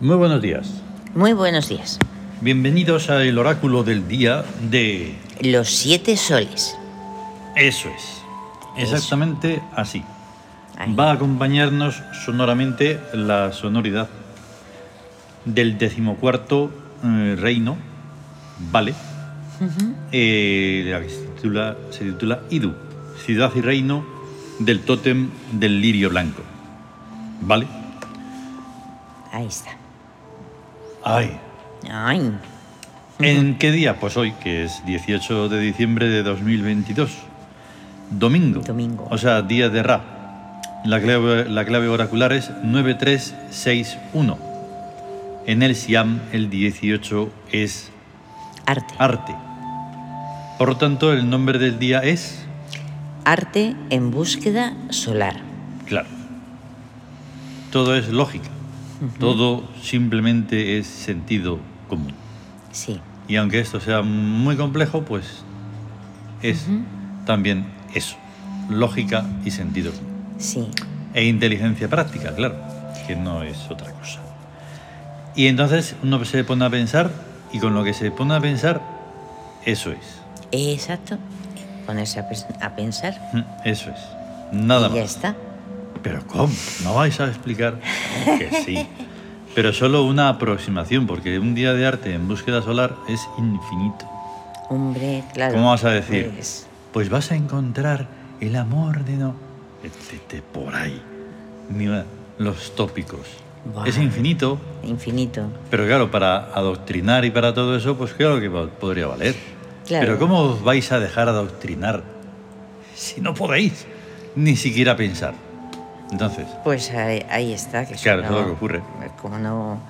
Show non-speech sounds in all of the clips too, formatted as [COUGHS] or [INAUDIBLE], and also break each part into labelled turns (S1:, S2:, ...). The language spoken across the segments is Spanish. S1: Muy buenos días.
S2: Muy buenos días.
S1: Bienvenidos a el oráculo del día de...
S2: Los siete soles.
S1: Eso es. Exactamente así.
S2: Ahí.
S1: Va a acompañarnos sonoramente la sonoridad del decimocuarto eh, reino, ¿vale? Eh, la que se titula, se titula Idu, ciudad y reino del tótem del lirio blanco, ¿vale?
S2: Ahí está.
S1: Ay,
S2: Ay,
S1: ¿En qué día? Pues hoy, que es 18 de diciembre de 2022. Domingo.
S2: Domingo.
S1: O sea, día de Ra. La clave, la clave oracular es 9361. En el Siam el 18 es
S2: arte.
S1: arte. Por lo tanto, el nombre del día es...
S2: Arte en búsqueda solar.
S1: Claro. Todo es lógica. Todo simplemente es sentido común.
S2: Sí,
S1: Y aunque esto sea muy complejo, pues es también eso, lógica y sentido.
S2: sí.
S1: E inteligencia práctica, claro, que no es otra cosa. Y entonces uno se pone a pensar y con lo que se pone a pensar, eso es. [LAUGHS]
S2: Exacto. Ponerse a, pes- a pensar.
S1: Mm, Eso es. Nada
S2: y ya
S1: más.
S2: está.
S1: Pero ¿cómo? ¿No vais a explicar? Que sí. Pero solo una aproximación, porque un día de arte en búsqueda solar es infinito.
S2: Hombre, claro.
S1: ¿Cómo vas a decir?
S2: pues,
S1: Pues vas a encontrar el amor de no. Vete por ahí. Mira los tópicos.
S2: Guau.
S1: Es infinito,
S2: infinito.
S1: pero claro, para adoctrinar y para todo eso, pues claro que va- podría valer.
S2: Claro.
S1: Pero ¿cómo os vais a dejar adoctrinar si no podéis ni siquiera pensar? Entonces,
S2: Pues ahí, ahí está. Que
S1: Claro,
S2: eso
S1: es lo que ocurre.
S2: Como no.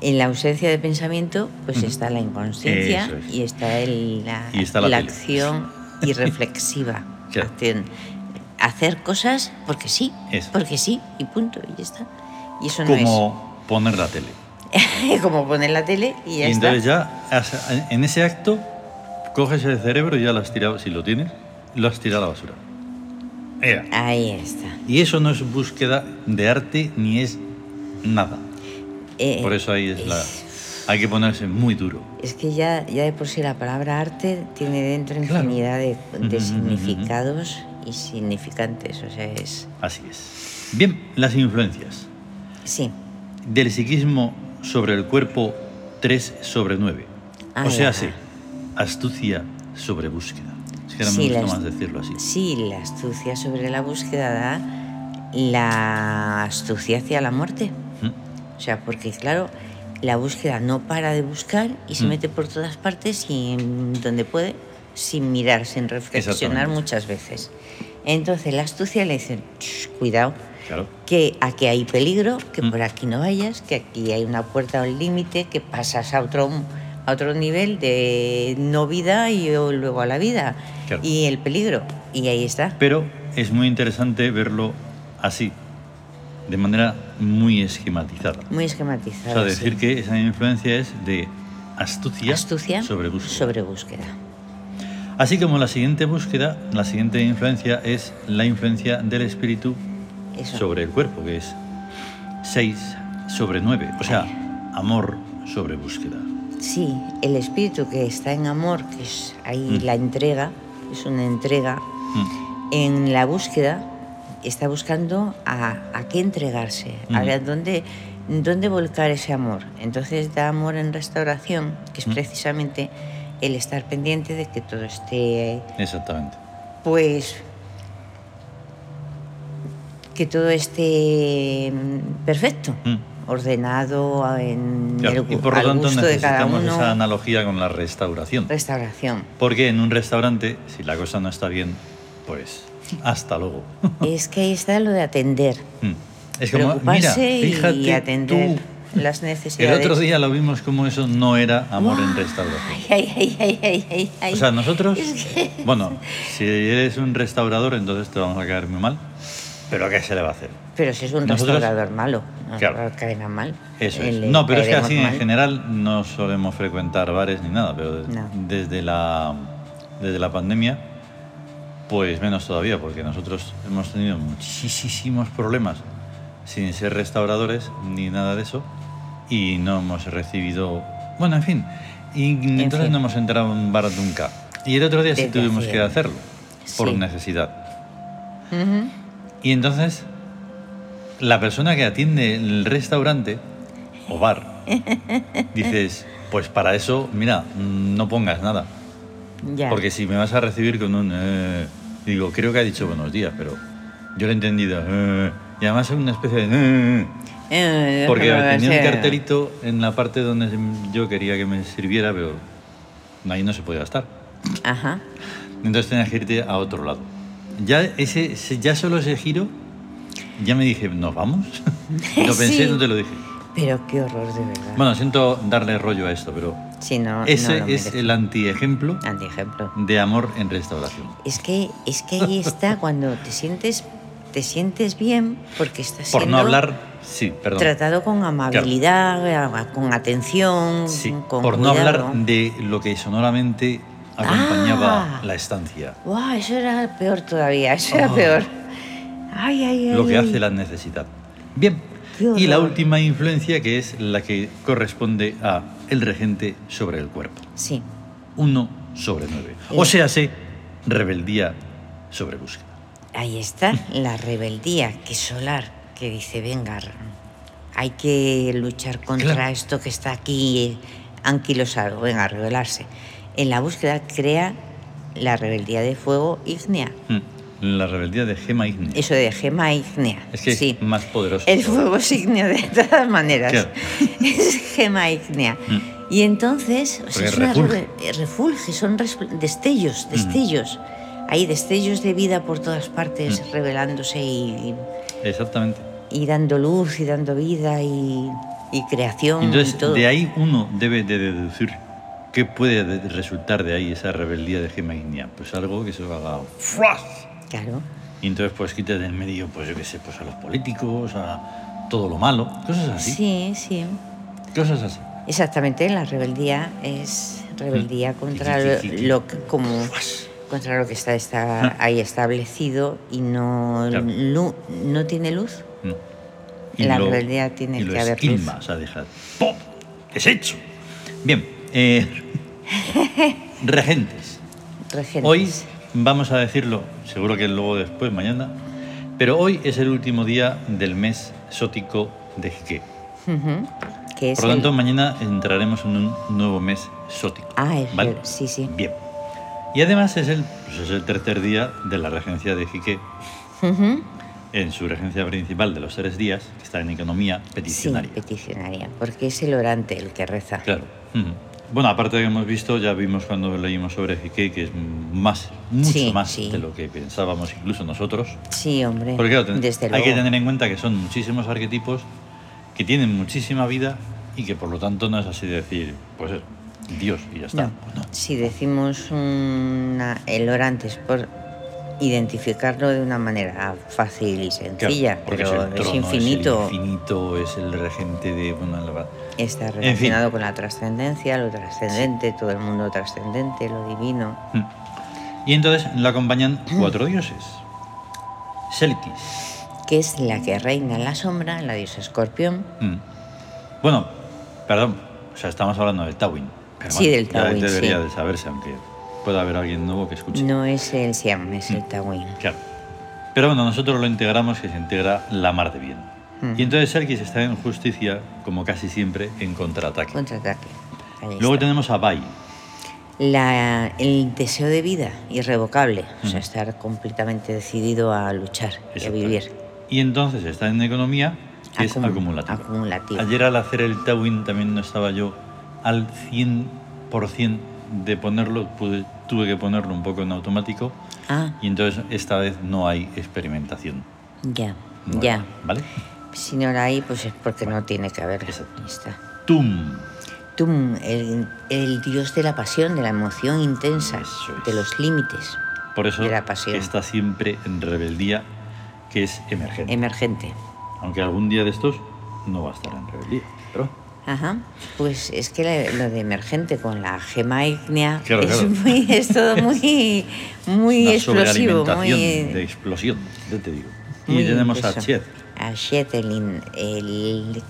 S2: En la ausencia de pensamiento, pues está la inconsciencia
S1: Eso es.
S2: y está, el- la,
S1: Y está la tele. [LAUGHS]
S2: acción irreflexiva.
S1: Claro.
S2: Acción. Hacer cosas porque sí,
S1: Eso.
S2: porque sí, y punto, y ya está. Y eso no
S1: ¿cómo poner la tele?
S2: es [LAUGHS] como poner la tele y ya
S1: y
S2: está.
S1: entonces ya, has- en ese acto, coges el cerebro y ya lo has tirado, si lo tienes, lo has tirado a la basura. Ea.
S2: Ahí está.
S1: Y eso no es búsqueda de arte ni es nada.
S2: Eh,
S1: Por eso ahí es la. Hay que ponerse muy duro.
S2: Es que ya, ya de por sí la palabra arte tiene dentro
S1: Claro.
S2: infinidad de,
S1: Ujú, ujú,
S2: de
S1: ujú.
S2: significados y significantes. O sea, es.
S1: Así es. Bien, las influencias.
S2: Sí.
S1: Del psiquismo sobre el cuerpo 3 sobre 9.
S2: Ah,
S1: o sea,
S2: ya.
S1: sí. Astucia sobre búsqueda. Es que ahora
S2: Sí,
S1: me gusta
S2: las-
S1: más decirlo así.
S2: Sí, la astucia sobre la búsqueda da la astucia hacia la muerte.
S1: ¿Mm?
S2: O sea, porque claro, la búsqueda no para de buscar y se
S1: Mm.
S2: mete por todas partes y en donde puede, sin mirar, sin reflexionar
S1: Exactamente.
S2: muchas veces. Entonces la astucia le dicen, "Shh, cuidado,
S1: Claro.
S2: que aquí hay peligro, que
S1: Mm.
S2: por aquí no vayas, que aquí hay una puerta o un límite, que pasas a otro, a otro nivel de no vida y luego a la vida.
S1: Claro.
S2: Y el peligro. Y ahí está.
S1: Pero es muy interesante verlo así, de manera muy esquematizada.
S2: Muy
S1: O
S2: esquematizado.
S1: sea,
S2: sí.
S1: decir que esa influencia es de astucia,
S2: astucia
S1: sobre búsqueda.
S2: sobre búsqueda.
S1: Así como la siguiente búsqueda, la siguiente influencia es la influencia del espíritu
S2: Eso.
S1: sobre el cuerpo, que es 6 sobre 9. O sea, amor sobre búsqueda.
S2: Sí, el espíritu que está en amor, que es ahí
S1: Mm.
S2: la entrega, es una entrega,
S1: Mm,
S2: en la búsqueda está buscando a, a qué entregarse, a
S1: Ujú.
S2: ver dónde, dónde volcar ese amor. Entonces da amor en restauración, que es
S1: Mm.
S2: precisamente el estar pendiente de que todo esté,
S1: Exactamente.
S2: pues, que todo esté mm, perfecto,
S1: Mm.
S2: ordenado en
S1: Claro,
S2: el,
S1: y por lo
S2: al
S1: tanto
S2: gusto de cada
S1: necesitamos
S2: uno.
S1: esa analogía con la restauración.
S2: Restauración.
S1: Porque en un restaurante, si la cosa no está bien, pues hasta luego. [LAUGHS]
S2: Es que ahí está lo de atender.
S1: Mm. Es como, mira,
S2: preocuparse
S1: fíjate
S2: y atender
S1: tú.
S2: las
S1: El
S2: necesidades.
S1: otro día lo vimos como eso no era amor en
S2: Guau.
S1: restauración.
S2: Ay, ay, ay, ay, ay, ay.
S1: O sea, nosotros,
S2: Es que- [LAUGHS]
S1: bueno, si eres un restaurador, entonces te vamos a caer muy mal. Pero ¿qué se le va a hacer?
S2: Pero si es un
S1: nosotros-
S2: restaurador malo, nos
S1: Claro.
S2: va a caer mal.
S1: Eso
S2: Eh,
S1: es.
S2: le
S1: No, pero es que
S2: caeremos
S1: así
S2: mal.
S1: en general no solemos frecuentar bares ni nada, pero de-
S2: No.
S1: desde, la, desde la pandemia, pues menos todavía, porque nosotros hemos tenido muchísimos problemas sin ser restauradores ni nada de eso, y no hemos recibido. Bueno, en fin. Y entonces
S2: fin.
S1: no hemos entrado en bar nunca. Y el otro día sí
S2: Desde
S1: tuvimos
S2: hacía-
S1: que hacerlo, por
S2: Sí.
S1: necesidad.
S2: Ujú.
S1: Y entonces, la persona que atiende el restaurante o
S2: [LAUGHS]
S1: bar, dices, pues para eso, mira, mm, no pongas nada.
S2: Ya.
S1: Porque si me vas a recibir con un... eh, digo, creo que ha dicho buenos días, pero yo lo he entendido. eh, y además es una especie de... eh,
S2: Eh,
S1: porque
S2: pero
S1: tenía un
S2: ese-
S1: cartelito en la parte donde yo quería que me sirviera, pero ahí no se podía estar.
S2: Ajá.
S1: Entonces tenías que irte a otro lado. Ya, ese, ese- ya solo ese giro, ya me dije, ¿nos vamos? [LAUGHS] lo pensé,
S2: Sí.
S1: no te lo dije.
S2: Pero qué horror de verdad.
S1: Bueno, siento darle rollo a esto, pero
S2: Sí, no, Ah, no
S1: ese es
S2: lo merece.
S1: el antiejemplo
S2: Antiejemplo.
S1: de amor en restauración.
S2: Es que, es que ahí
S1: [LAUGHS]
S2: está cuando te sientes, te sientes bien porque estás
S1: Por no
S2: siendo
S1: hablar, sí, perdón.
S2: tratado con amabilidad, a- con atención,
S1: Sí,
S2: con
S1: por no
S2: cuidado.
S1: hablar de lo que sonoramente acompañaba
S2: Ah.
S1: la estancia,
S2: Guau, eso era peor todavía, eso era
S1: Oh.
S2: peor. Ay, ay, ay.
S1: lo que
S2: ay.
S1: hace la necesidad. Bien,
S2: Qué
S1: y la
S2: horror.
S1: última influencia que es la que corresponde a el regente sobre el cuerpo.
S2: Sí,
S1: 1 sobre 9.
S2: Eh.
S1: O sea, se rebeldía sobre búsqueda.
S2: ahí está la rebeldía que solar, que dice, venga, hay que luchar contra
S1: Claro.
S2: esto que está aquí eh, anquilosado, venga, rebelarse. En la búsqueda crea la rebeldía de fuego ígnea.
S1: Mm, La rebeldía de Gema Ignea.
S2: Eso de gema ígnea.
S1: Es que
S2: sí.
S1: es más poderoso.
S2: El fuego [LAUGHS] es ígneo de todas maneras.
S1: Claro.
S2: Es gema ígnea.
S1: Mm.
S2: Y entonces, o
S1: Porque
S2: sea, es una
S1: refulge. Mm.
S2: rebe- eh, refulge, son res- destellos, destellos. Hay destellos de vida por todas partes,
S1: Mm.
S2: revelándose y,
S1: Exactamente.
S2: y dando luz y dando vida y, y creación y
S1: Entonces,
S2: Mm, todo.
S1: de ahí uno debe de deducir qué puede de- resultar de ahí esa rebeldía de Gema Ignea. Pues algo que se lo haga ¡fuas!
S2: Claro.
S1: Y entonces, pues quita del medio, pues yo qué sé, pues a los políticos, a todo lo malo, cosas así.
S2: Sí, sí.
S1: Cosas así.
S2: Exactamente, la rebeldía es
S1: Mm.
S2: rebeldía contra
S1: Sí,
S2: lo,
S1: sí, sí, sí.
S2: lo que como contra lo que está, está
S1: [LAUGHS] Ah.
S2: ahí establecido y no
S1: Claro.
S2: lu- no tiene luz.
S1: No.
S2: La rebeldía tiene
S1: y lo
S2: que haber
S1: esquilma,
S2: luz.
S1: o sea, deja, ¡pum! ¡Deshecho! Bien,
S2: [LAUGHS]
S1: eh, regentes.
S2: Regentes.
S1: Hoy vamos a decirlo, seguro que luego después, mañana, pero hoy es el último día del mes sótico de Jiqué.
S2: Ujú, que es
S1: Por lo tanto,
S2: el-
S1: mañana entraremos en un nuevo mes sótico.
S2: Ah, es
S1: ¿vale?
S2: el- sí, sí.
S1: Bien. Y además es el, pues es el tercer día de la regencia de Jiqué,
S2: Ujú,
S1: en su regencia principal de los tres días, que está en economía
S2: Sí,
S1: peticionaria.
S2: peticionaria, porque es el orante el que reza.
S1: Claro. Ujú. Bueno, aparte de que hemos visto, ya vimos cuando leímos sobre Jiqué, que es más, mucho
S2: Sí,
S1: más
S2: sí.
S1: de lo que pensábamos incluso nosotros.
S2: Sí, hombre.
S1: Porque claro, ten-
S2: desde
S1: hay
S2: luego.
S1: que tener en cuenta que son muchísimos arquetipos, que tienen muchísima vida y que por lo tanto no es así de decir, pues eso, Dios y ya está.
S2: No,
S1: Pues no.
S2: Si decimos una- el orante es por identificarlo de una manera fácil y
S1: Claro,
S2: sencilla,
S1: porque
S2: pero
S1: es, el
S2: es,
S1: trono,
S2: infinito.
S1: Es el infinito, es el regente de... Bueno, la verdad.
S2: Está relacionado con la trascendencia, lo trascendente, todo el mundo trascendente, lo divino.
S1: Mm. Y entonces la acompañan cuatro dioses. Selitis.
S2: Que es la que reina en la sombra, la diosa escorpión.
S1: Mm. Bueno, perdón, o sea, estamos hablando del Tawin. pero
S2: Sí,
S1: bueno,
S2: del
S1: ya
S2: Tawin,
S1: debería
S2: sí.
S1: de saberse, aunque pueda haber alguien nuevo que escuche.
S2: No es el Siam, es el Tawin.
S1: Claro. Pero bueno, nosotros lo integramos que se integra la mar de bien.
S2: Mm.
S1: Y entonces Serkis está en justicia, como casi siempre, en contraataque.
S2: Contraataque. Ahí
S1: Luego
S2: está.
S1: tenemos a Bai.
S2: La- el deseo de vida, irrevocable. O sea,
S1: Mm.
S2: estar completamente decidido a luchar y a
S1: Exacto.
S2: vivir.
S1: Y entonces está en economía, que es
S2: Acum-
S1: acumulativa.
S2: acumulativa.
S1: Ayer al hacer el Tawin también no estaba yo al 100% de ponerlo, pude- tuve que ponerlo un poco en automático.
S2: Ah,
S1: Y entonces esta vez no hay experimentación.
S2: ya,
S1: No hay,
S2: ya.
S1: ¿Vale?
S2: Si no la hay, pues es porque no tiene que haberla.
S1: Exacto.
S2: Ahí está.
S1: Tum.
S2: Tum, el, el dios de la pasión, de la emoción intensa,
S1: Eso es.
S2: de los límites,
S1: Por eso
S2: de la pasión.
S1: está siempre en rebeldía, que es emergente.
S2: Em- emergente.
S1: Aunque algún día de estos no va a estar en rebeldía. Pero
S2: Ajá. Pues es que la- lo de emergente con la gema ígnea
S1: Claro,
S2: es,
S1: claro.
S2: muy- es todo muy, muy
S1: una
S2: explosivo, muy.
S1: sobrealimentación de explosión, ya te digo. Y
S2: muy
S1: tenemos a
S2: intenso.
S1: Chet.
S2: A Chet, el, in- el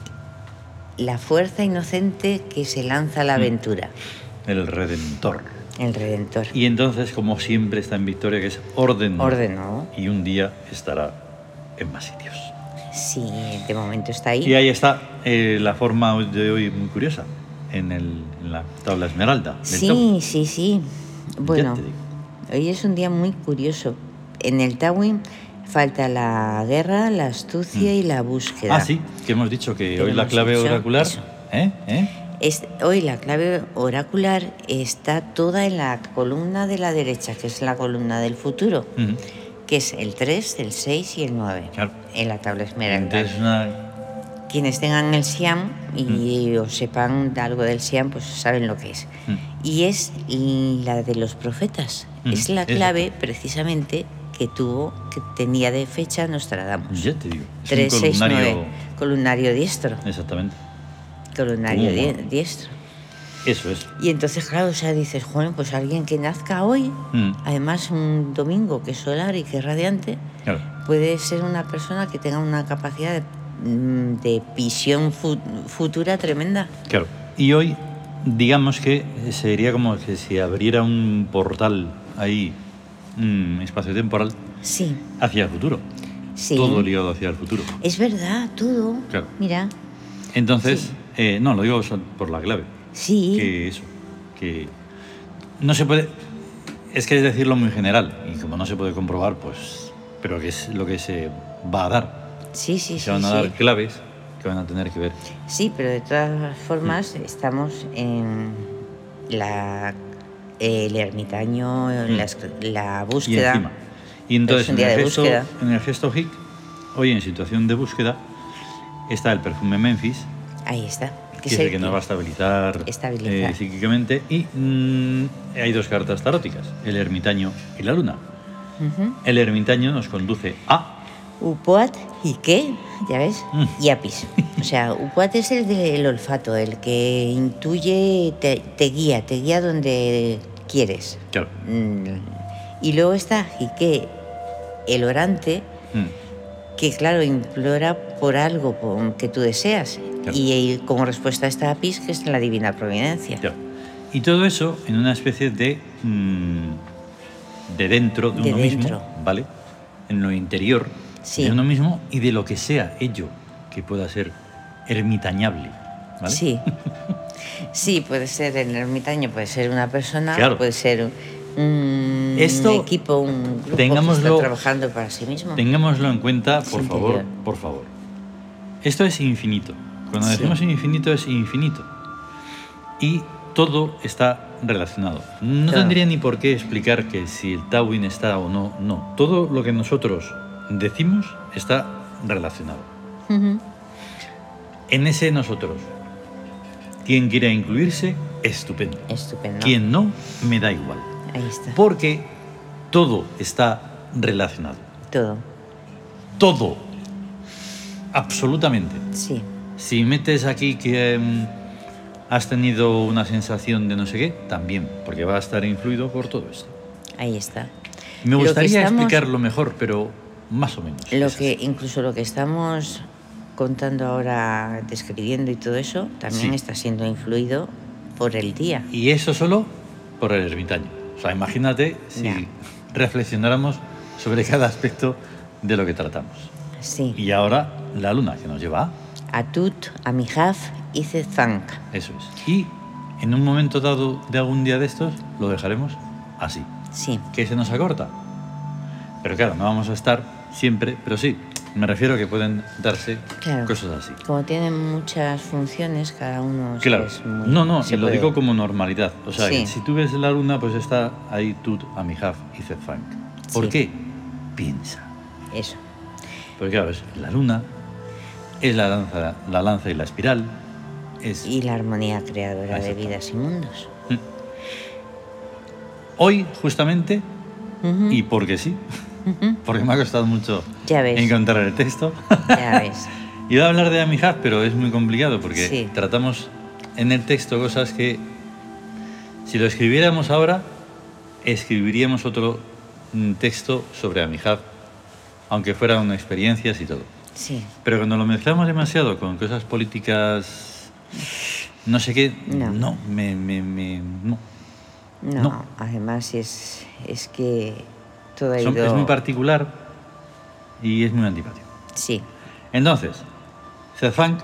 S2: la fuerza inocente que se lanza a
S1: Mm.
S2: la aventura,
S1: el Redentor.
S2: el Redentor.
S1: Y entonces, como siempre, está en Victoria, que es orden.
S2: Ordenó.
S1: Y un día estará en más sitios.
S2: Sí, de momento está
S1: Y
S2: ahí.
S1: ahí está eh, la forma de hoy muy curiosa, en, el- en la tabla esmeralda. del
S2: Sí,
S1: Tao.
S2: sí, sí. Bueno,
S1: te digo.
S2: hoy es un día muy curioso. En el Tawin falta la guerra, la astucia y la búsqueda.
S1: Ah, sí, que hemos dicho que
S2: Pero
S1: hoy la
S2: hemos
S1: clave
S2: dicho
S1: oracular.
S2: eso.
S1: ¿eh? ¿eh?
S2: Es- hoy la clave oracular está toda en la columna de la derecha, que es la columna del futuro,
S1: Ujú.
S2: que es el 3, el 6 y el 9
S1: Claro.
S2: en la tabla esmeralda.
S1: Entonces, una-
S2: Quienes tengan el SIAM y o sepan de algo del SIAM, pues saben lo que es.
S1: Mm.
S2: Y es la de los profetas.
S1: Mm,
S2: Es la
S1: es la-
S2: clave precisamente que tuvo, que tenía de fecha Nostradamus.
S1: ya te digo, es un
S2: 3, 6,
S1: columnario.
S2: 9. Columnario diestro.
S1: Exactamente.
S2: Columnario
S1: Tuvo,
S2: die-
S1: ¿no?
S2: diestro.
S1: Eso es.
S2: Y entonces, claro, o sea, dices, Juan, pues alguien que nazca hoy,
S1: Mm.
S2: además un domingo que es solar y que es radiante,
S1: Claro.
S2: puede ser una persona que tenga una capacidad de, mm, de visión fu- futura tremenda.
S1: Claro. Y hoy, digamos que sería como que si abriera un portal ahí, mm, espacio-temporal,
S2: Sí,
S1: hacia el futuro.
S2: sí.
S1: Todo ligado hacia el futuro.
S2: Es verdad, todo.
S1: Claro.
S2: Mira,
S1: Entonces,
S2: Sí.
S1: eh, no, lo digo so- por la clave.
S2: sí,
S1: Que eso, que no se puede... Es que es decirlo muy general, y como no se puede comprobar, pues... Pero que es lo que se va a dar.
S2: sí, sí,
S1: Y
S2: sí.
S1: se van a
S2: sí.
S1: dar claves que van a tener que ver.
S2: Sí, pero de todas formas
S1: Mm.
S2: estamos en la, el ermitaño, en las- la
S1: Mm. Y
S2: búsqueda.
S1: encima. Y entonces,
S2: Es un
S1: en
S2: día
S1: el,
S2: de
S1: gesto,
S2: búsqueda.
S1: en el gesto hic, hoy en situación de búsqueda, está el perfume Memphis,
S2: Ahí está.
S1: que es el que nos va a estabilizar,
S2: Estabilizar.
S1: eh, psíquicamente. Y mm, hay dos cartas taróticas, el ermitaño y la luna.
S2: Ujú.
S1: El ermitaño nos conduce a...
S2: Upuat y qué, ya ves,
S1: Mm.
S2: y apis. O sea, Upuat es el del olfato, el que intuye, te, te guía, te guía donde quieres.
S1: Claro.
S2: Mm. Y luego está Jique, el orante,
S1: Mm,
S2: que claro, implora por algo por- que tú deseas.
S1: Claro.
S2: Y, y como respuesta está Apis, que es la divina providencia.
S1: claro. Y todo eso en una especie de... mm, de dentro de,
S2: De
S1: uno
S2: dentro.
S1: mismo, ¿vale? En lo interior
S2: Sí.
S1: de uno mismo y de lo que sea ello que pueda ser ermitañable, ¿vale?
S2: Sí. sí, puede ser el ermitaño, puede ser una persona,
S1: Claro.
S2: puede ser un, un
S1: Esto,
S2: equipo, un grupo que
S1: tengámoslo-
S2: está trabajando para sí mismo.
S1: Tengámoslo en cuenta,
S2: Es
S1: por
S2: interior.
S1: favor, por favor. Esto es infinito. Cuando
S2: Sí.
S1: decimos infinito es infinito. Y todo está relacionado. No
S2: Claro.
S1: tendría ni por qué explicar que si el Tawin está o no, no. Todo lo que nosotros decimos está relacionado.
S2: Ujú.
S1: En ese nosotros, quien quiera incluirse, estupendo.
S2: Estupendo.
S1: Quien no, me da igual.
S2: Ahí está.
S1: Porque todo está relacionado.
S2: Todo.
S1: Todo. Absolutamente.
S2: Sí.
S1: Si metes aquí que mm, has tenido una sensación de no sé qué, también, porque va a estar influido por todo esto.
S2: Ahí está.
S1: Me
S2: Lo que
S1: gustaría
S2: estamos-
S1: explicarlo mejor, pero más o menos.
S2: Lo
S1: es
S2: que
S1: así.
S2: incluso lo que estamos contando ahora, describiendo y todo eso, también
S1: Sí.
S2: está siendo influido por el día.
S1: Y eso solo por el ermitaño. O sea, imagínate si
S2: Ya.
S1: reflexionáramos sobre cada aspecto de lo que tratamos.
S2: Sí.
S1: Y ahora la luna que nos lleva a...
S2: Atut, Amijaf y Zezank.
S1: Eso es. Y en un momento dado de algún día de estos, lo dejaremos así.
S2: Sí.
S1: que se nos acorta. Pero claro, no vamos a estar siempre, pero sí, me refiero a que pueden darse
S2: Claro.
S1: cosas así.
S2: Como tienen muchas funciones, cada uno
S1: Claro,
S2: es muy-
S1: no, no,
S2: se
S1: lo
S2: puede-
S1: digo como normalidad. O sea, que
S2: Sí.
S1: si tú ves la luna, pues está ahí Tut, Amihaf y Zedfunk. ¿Por
S2: Sí.
S1: qué? Piensa.
S2: Eso.
S1: Porque claro, es la luna, es la lanza, la lanza y la espiral, es...
S2: Y la armonía creadora de
S1: Exacto.
S2: vidas y
S1: [LAUGHS]
S2: mundos.
S1: Hoy, justamente,
S2: Ujú,
S1: y porque sí,
S2: ujú.
S1: [LAUGHS] porque me ha costado mucho
S2: Ya ves.
S1: encontrar el texto,
S2: Ya ves.
S1: Iba a hablar de Amijad, pero es muy complicado porque
S2: Sí.
S1: tratamos en el texto cosas que si lo escribiéramos ahora, escribiríamos otro mm, texto sobre Amijad, aunque fueran experiencias y todo.
S2: Sí.
S1: Pero cuando lo mezclamos demasiado con cosas políticas no sé qué.
S2: No.
S1: No, me, me- me- no.
S2: No,
S1: No.
S2: además es, es que todo ha
S1: Son-
S2: ido-
S1: es muy particular y es muy antipático.
S2: Sí,
S1: Entonces, Zezank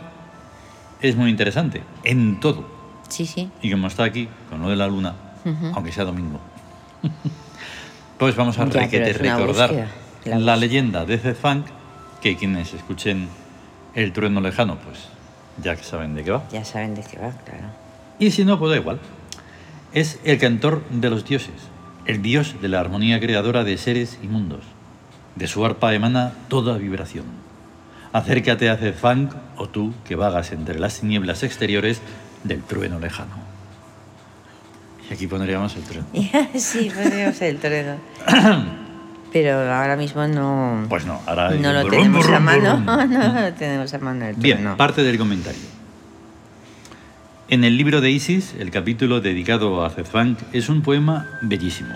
S1: es muy interesante en todo.
S2: sí, sí.
S1: Y como está aquí, con lo de la luna,
S2: Ujú.
S1: aunque sea domingo, [LAUGHS] pues vamos a
S2: Ya, pero
S1: requete
S2: es una
S1: recordar
S2: búsqueda, la
S1: la,
S2: búsqueda.
S1: leyenda de Zezank, que quienes escuchen El trueno lejano, pues ya que saben de qué va.
S2: Ya saben de qué va, claro. [LAUGHS]
S1: Y si no, pues da igual. Es el cantor de los dioses, el dios de la armonía creadora de seres y mundos. De su arpa emana toda vibración. Acércate a Zefang o tú que vagas entre las tinieblas exteriores del trueno lejano. Y aquí pondríamos el trueno.
S2: sí, podríamos
S1: [COUGHS]
S2: el torero. Pero ahora mismo no,
S1: Pues no, ahora...
S2: no lo
S1: Brum,
S2: tenemos a
S1: brum,
S2: mano.
S1: brum.
S2: [LAUGHS] No lo tenemos a mano el
S1: Bien,
S2: trueno.
S1: parte del comentario. En el libro de Isis, el capítulo dedicado a Zezvank es un poema bellísimo,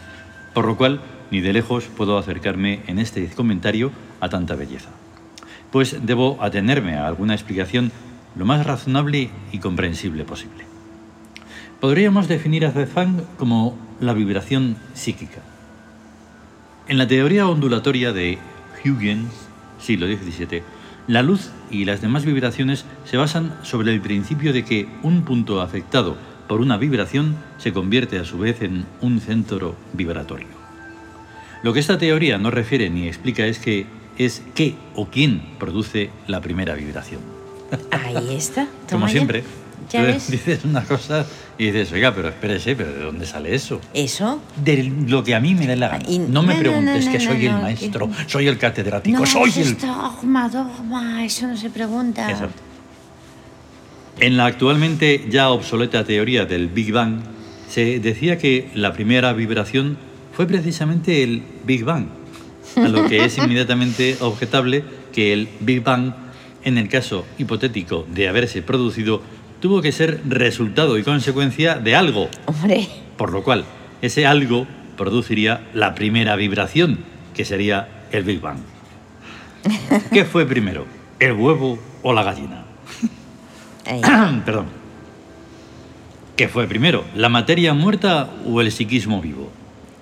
S1: por lo cual ni de lejos puedo acercarme en este comentario a tanta belleza. Pues debo atenerme a alguna explicación lo más razonable y comprensible posible. Podríamos definir a Zezvank como la vibración psíquica. En la teoría ondulatoria de Huygens, siglo XVII, la luz y las demás vibraciones se basan sobre el principio de que un punto afectado por una vibración se convierte a su vez en un centro vibratorio. Lo que esta teoría no refiere ni explica es que es qué o quién produce la primera vibración.
S2: Ahí está.
S1: Como
S2: toma ya.
S1: siempre,
S2: ¿Ya
S1: tú [LAUGHS]
S2: ves?
S1: dices una cosa y dices, oiga, pero espérese, pero ¿de dónde sale eso?
S2: Eso.
S1: de lo que a mí me dé la gana.
S2: Y-
S1: no me
S2: no, no,
S1: preguntes
S2: no,
S1: que
S2: no,
S1: soy
S2: no,
S1: el maestro,
S2: que-
S1: soy el catedrático,
S2: no,
S1: soy
S2: eso
S1: el...
S2: es dogma, dogma, eso no se pregunta.
S1: Exacto. En la actualmente ya obsoleta teoría del Big Bang, se decía que la primera vibración fue precisamente el Big Bang, a lo que
S2: [LAUGHS]
S1: es inmediatamente objetable que el Big Bang, en el caso hipotético de haberse producido, tuvo que ser resultado y consecuencia de algo,
S2: Hombre,
S1: Por lo cual, ese algo produciría la primera vibración, que sería el Big Bang. ¿Qué fue primero, el huevo o la gallina? [CLEARS THROAT]
S2: ahí.
S1: Perdón. ¿Qué fue primero, la materia muerta o el psiquismo vivo?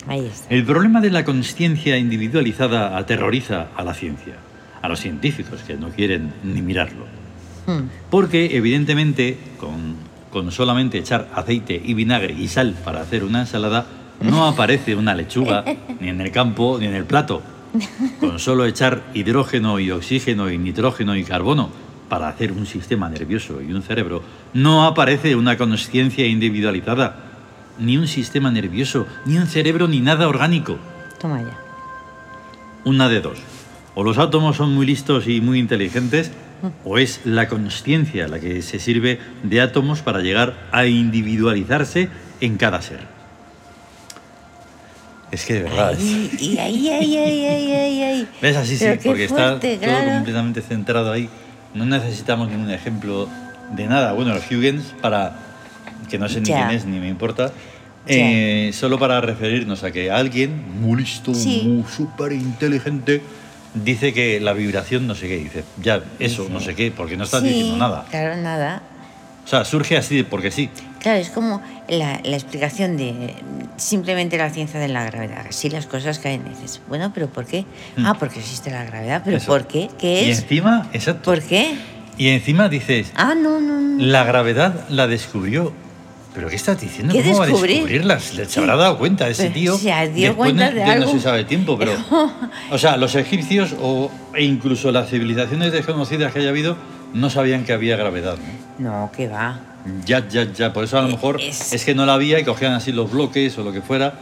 S2: ahí está.
S1: El problema de la conciencia individualizada aterroriza a la ciencia, a los científicos que no quieren ni mirarlo.
S2: Hmm,
S1: Porque evidentemente con, con solamente echar aceite y vinagre y sal para hacer una ensalada no aparece una lechuga ni en el campo ni en el plato. Con solo echar hidrógeno y oxígeno y nitrógeno y carbono para hacer un sistema nervioso y un cerebro no aparece una conciencia individualizada, ni un sistema nervioso, ni un cerebro, ni nada orgánico.
S2: Toma ya.
S1: Una de dos. O los átomos son muy listos y muy inteligentes, o es la conciencia la que se sirve de átomos para llegar a individualizarse en cada ser. Es que de verdad. es-
S2: Ahí, y ahí, ahí, ahí, ahí, ahí, ahí.
S1: [LAUGHS] ¿Ves? Así sí,
S2: Pero qué
S1: porque
S2: fuerte,
S1: está todo
S2: claro.
S1: completamente centrado ahí. No necesitamos ningún ejemplo de nada. Bueno, los Huygens, para que no sé ni
S2: Ya.
S1: quién es ni me importa,
S2: Ya.
S1: eh, solo para referirnos a que alguien muy listo,
S2: Sí.
S1: muy súper inteligente, dice que la vibración no sé qué, dice, ya, eso, no sé qué, porque no estás
S2: Sí,
S1: diciendo nada.
S2: Claro, nada.
S1: O sea, surge así porque sí.
S2: Claro, es como la, la explicación de eh, simplemente la ciencia de la gravedad. Si las cosas caen, dices, bueno, pero ¿por qué?
S1: Mm.
S2: Ah, porque existe la gravedad, pero
S1: Eso.
S2: ¿por qué? ¿Qué
S1: Y
S2: es?
S1: encima, exacto.
S2: ¿Por qué?
S1: Y encima dices,
S2: Ah, no, no, no.
S1: La gravedad la descubrió. ¿Pero qué estás diciendo?
S2: ¿Qué
S1: ¿Cómo va a
S2: descubrí?
S1: descubrirla? Se se habrá dado cuenta ese
S2: Pero
S1: tío.
S2: se ha dio
S1: Después
S2: cuenta
S1: no-
S2: de
S1: ya
S2: algo.
S1: no se sabe el tiempo,
S2: [LAUGHS]
S1: pero... O sea, los egipcios o, e incluso las civilizaciones desconocidas que haya habido no sabían que había gravedad. ¿no?
S2: No, que va.
S1: Ya, ya, ya. Por eso a lo
S2: Eh,
S1: mejor
S2: es-
S1: es, que no la había y cogían así los bloques o lo que fuera.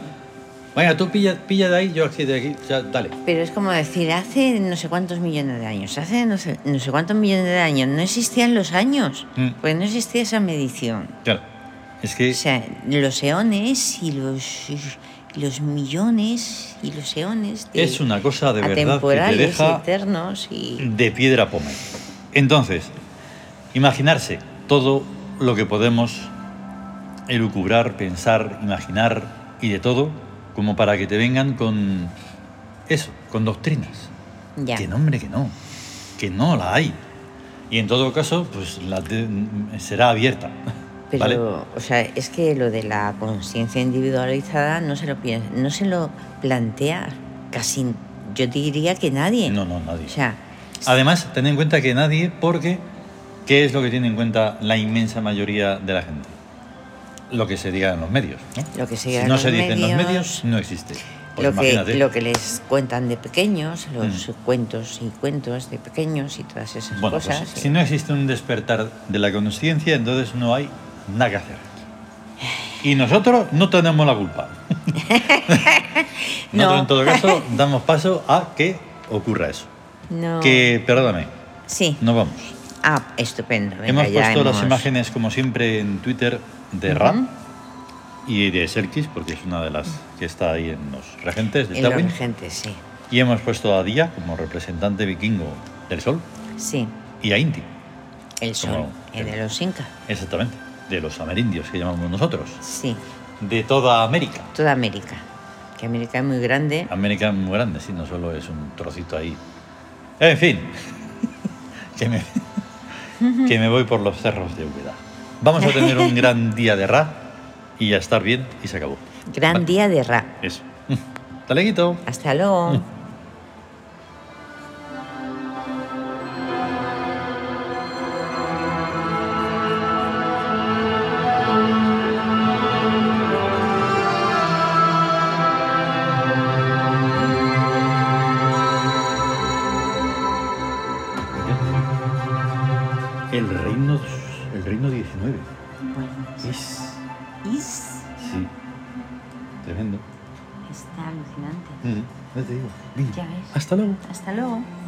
S1: Venga, tú pilla, pilla de ahí, yo aquí de aquí. Ya, dale.
S2: Pero es como decir, hace no sé cuántos millones de años, hace no sé, no sé cuántos millones de años, no existían los años,
S1: Mm.
S2: pues no existía esa medición.
S1: Claro. Es que...
S2: O sea, los eones y los, y los millones y los eones de
S1: Es una cosa de verdad que te
S2: atemporales,
S1: deja
S2: eternos y
S1: de piedra pome. Entonces, imaginarse todo lo que podemos elucubrar, pensar, imaginar y de todo, como para que te vengan con eso, con doctrinas.
S2: ya.
S1: Mm, Que no, hombre, que no. Que no la hay. Y en todo caso, pues la de- será abierta.
S2: Pero,
S1: ¿vale?
S2: o sea, es que lo de la conciencia individualizada no se lo piensa, no se lo plantea casi, yo diría que nadie.
S1: No, no, nadie.
S2: O sea,
S1: Además, ten en cuenta que nadie, porque ¿qué es lo que tiene en cuenta la inmensa mayoría de la gente? Lo que se diga en los medios. ¿no?
S2: Lo que se
S1: Si
S2: diga en
S1: no
S2: los
S1: se dice en los
S2: medios,
S1: medios, no existe. Pues
S2: lo, que,
S1: imagínate. Mm.
S2: lo que les cuentan de pequeños, los cuentos y cuentos de pequeños y todas esas
S1: Bueno, pues,
S2: cosas. eh, y-
S1: si no existe un despertar de la conciencia, entonces no hay nada que hacer. Y nosotros no tenemos la culpa. Nosotros,
S2: [LAUGHS] No.
S1: en todo
S2: [LAUGHS]
S1: caso, damos paso a que ocurra eso.
S2: No.
S1: Que, perdóname,
S2: Sí.
S1: no vamos.
S2: Ah, estupendo. venga,
S1: hemos
S2: ya
S1: puesto las
S2: hemos-
S1: imágenes, como siempre, en Twitter de
S2: Ujú.
S1: Ram y de Serkis, porque es una de las que está ahí en los regentes de
S2: En los
S1: Tawin.
S2: regentes, sí.
S1: Y hemos puesto a Día como representante vikingo del sol
S2: Sí,
S1: y a Inti,
S2: el sol,
S1: Como-
S2: el de los incas.
S1: exactamente, de los amerindios que llamamos nosotros,
S2: Sí,
S1: de toda América.
S2: toda América. Que América es muy grande.
S1: América es muy grande, sí, no solo es un trocito ahí. En fin, [LAUGHS] que me, que me voy por los cerros de Úbeda. Vamos a tener un gran día de Ra y a estar bien y se acabó.
S2: Gran
S1: Va-
S2: día de rap.
S1: Eso. Hasta luego.
S2: Hasta luego.
S1: Mm. El reino, el reino 19.
S2: Bueno, pues,
S1: Es,
S2: is
S1: sí, tremendo.
S2: está alucinante.
S1: Ya te digo. Venga,
S2: Ya ves.
S1: Hasta luego.
S2: Hasta luego.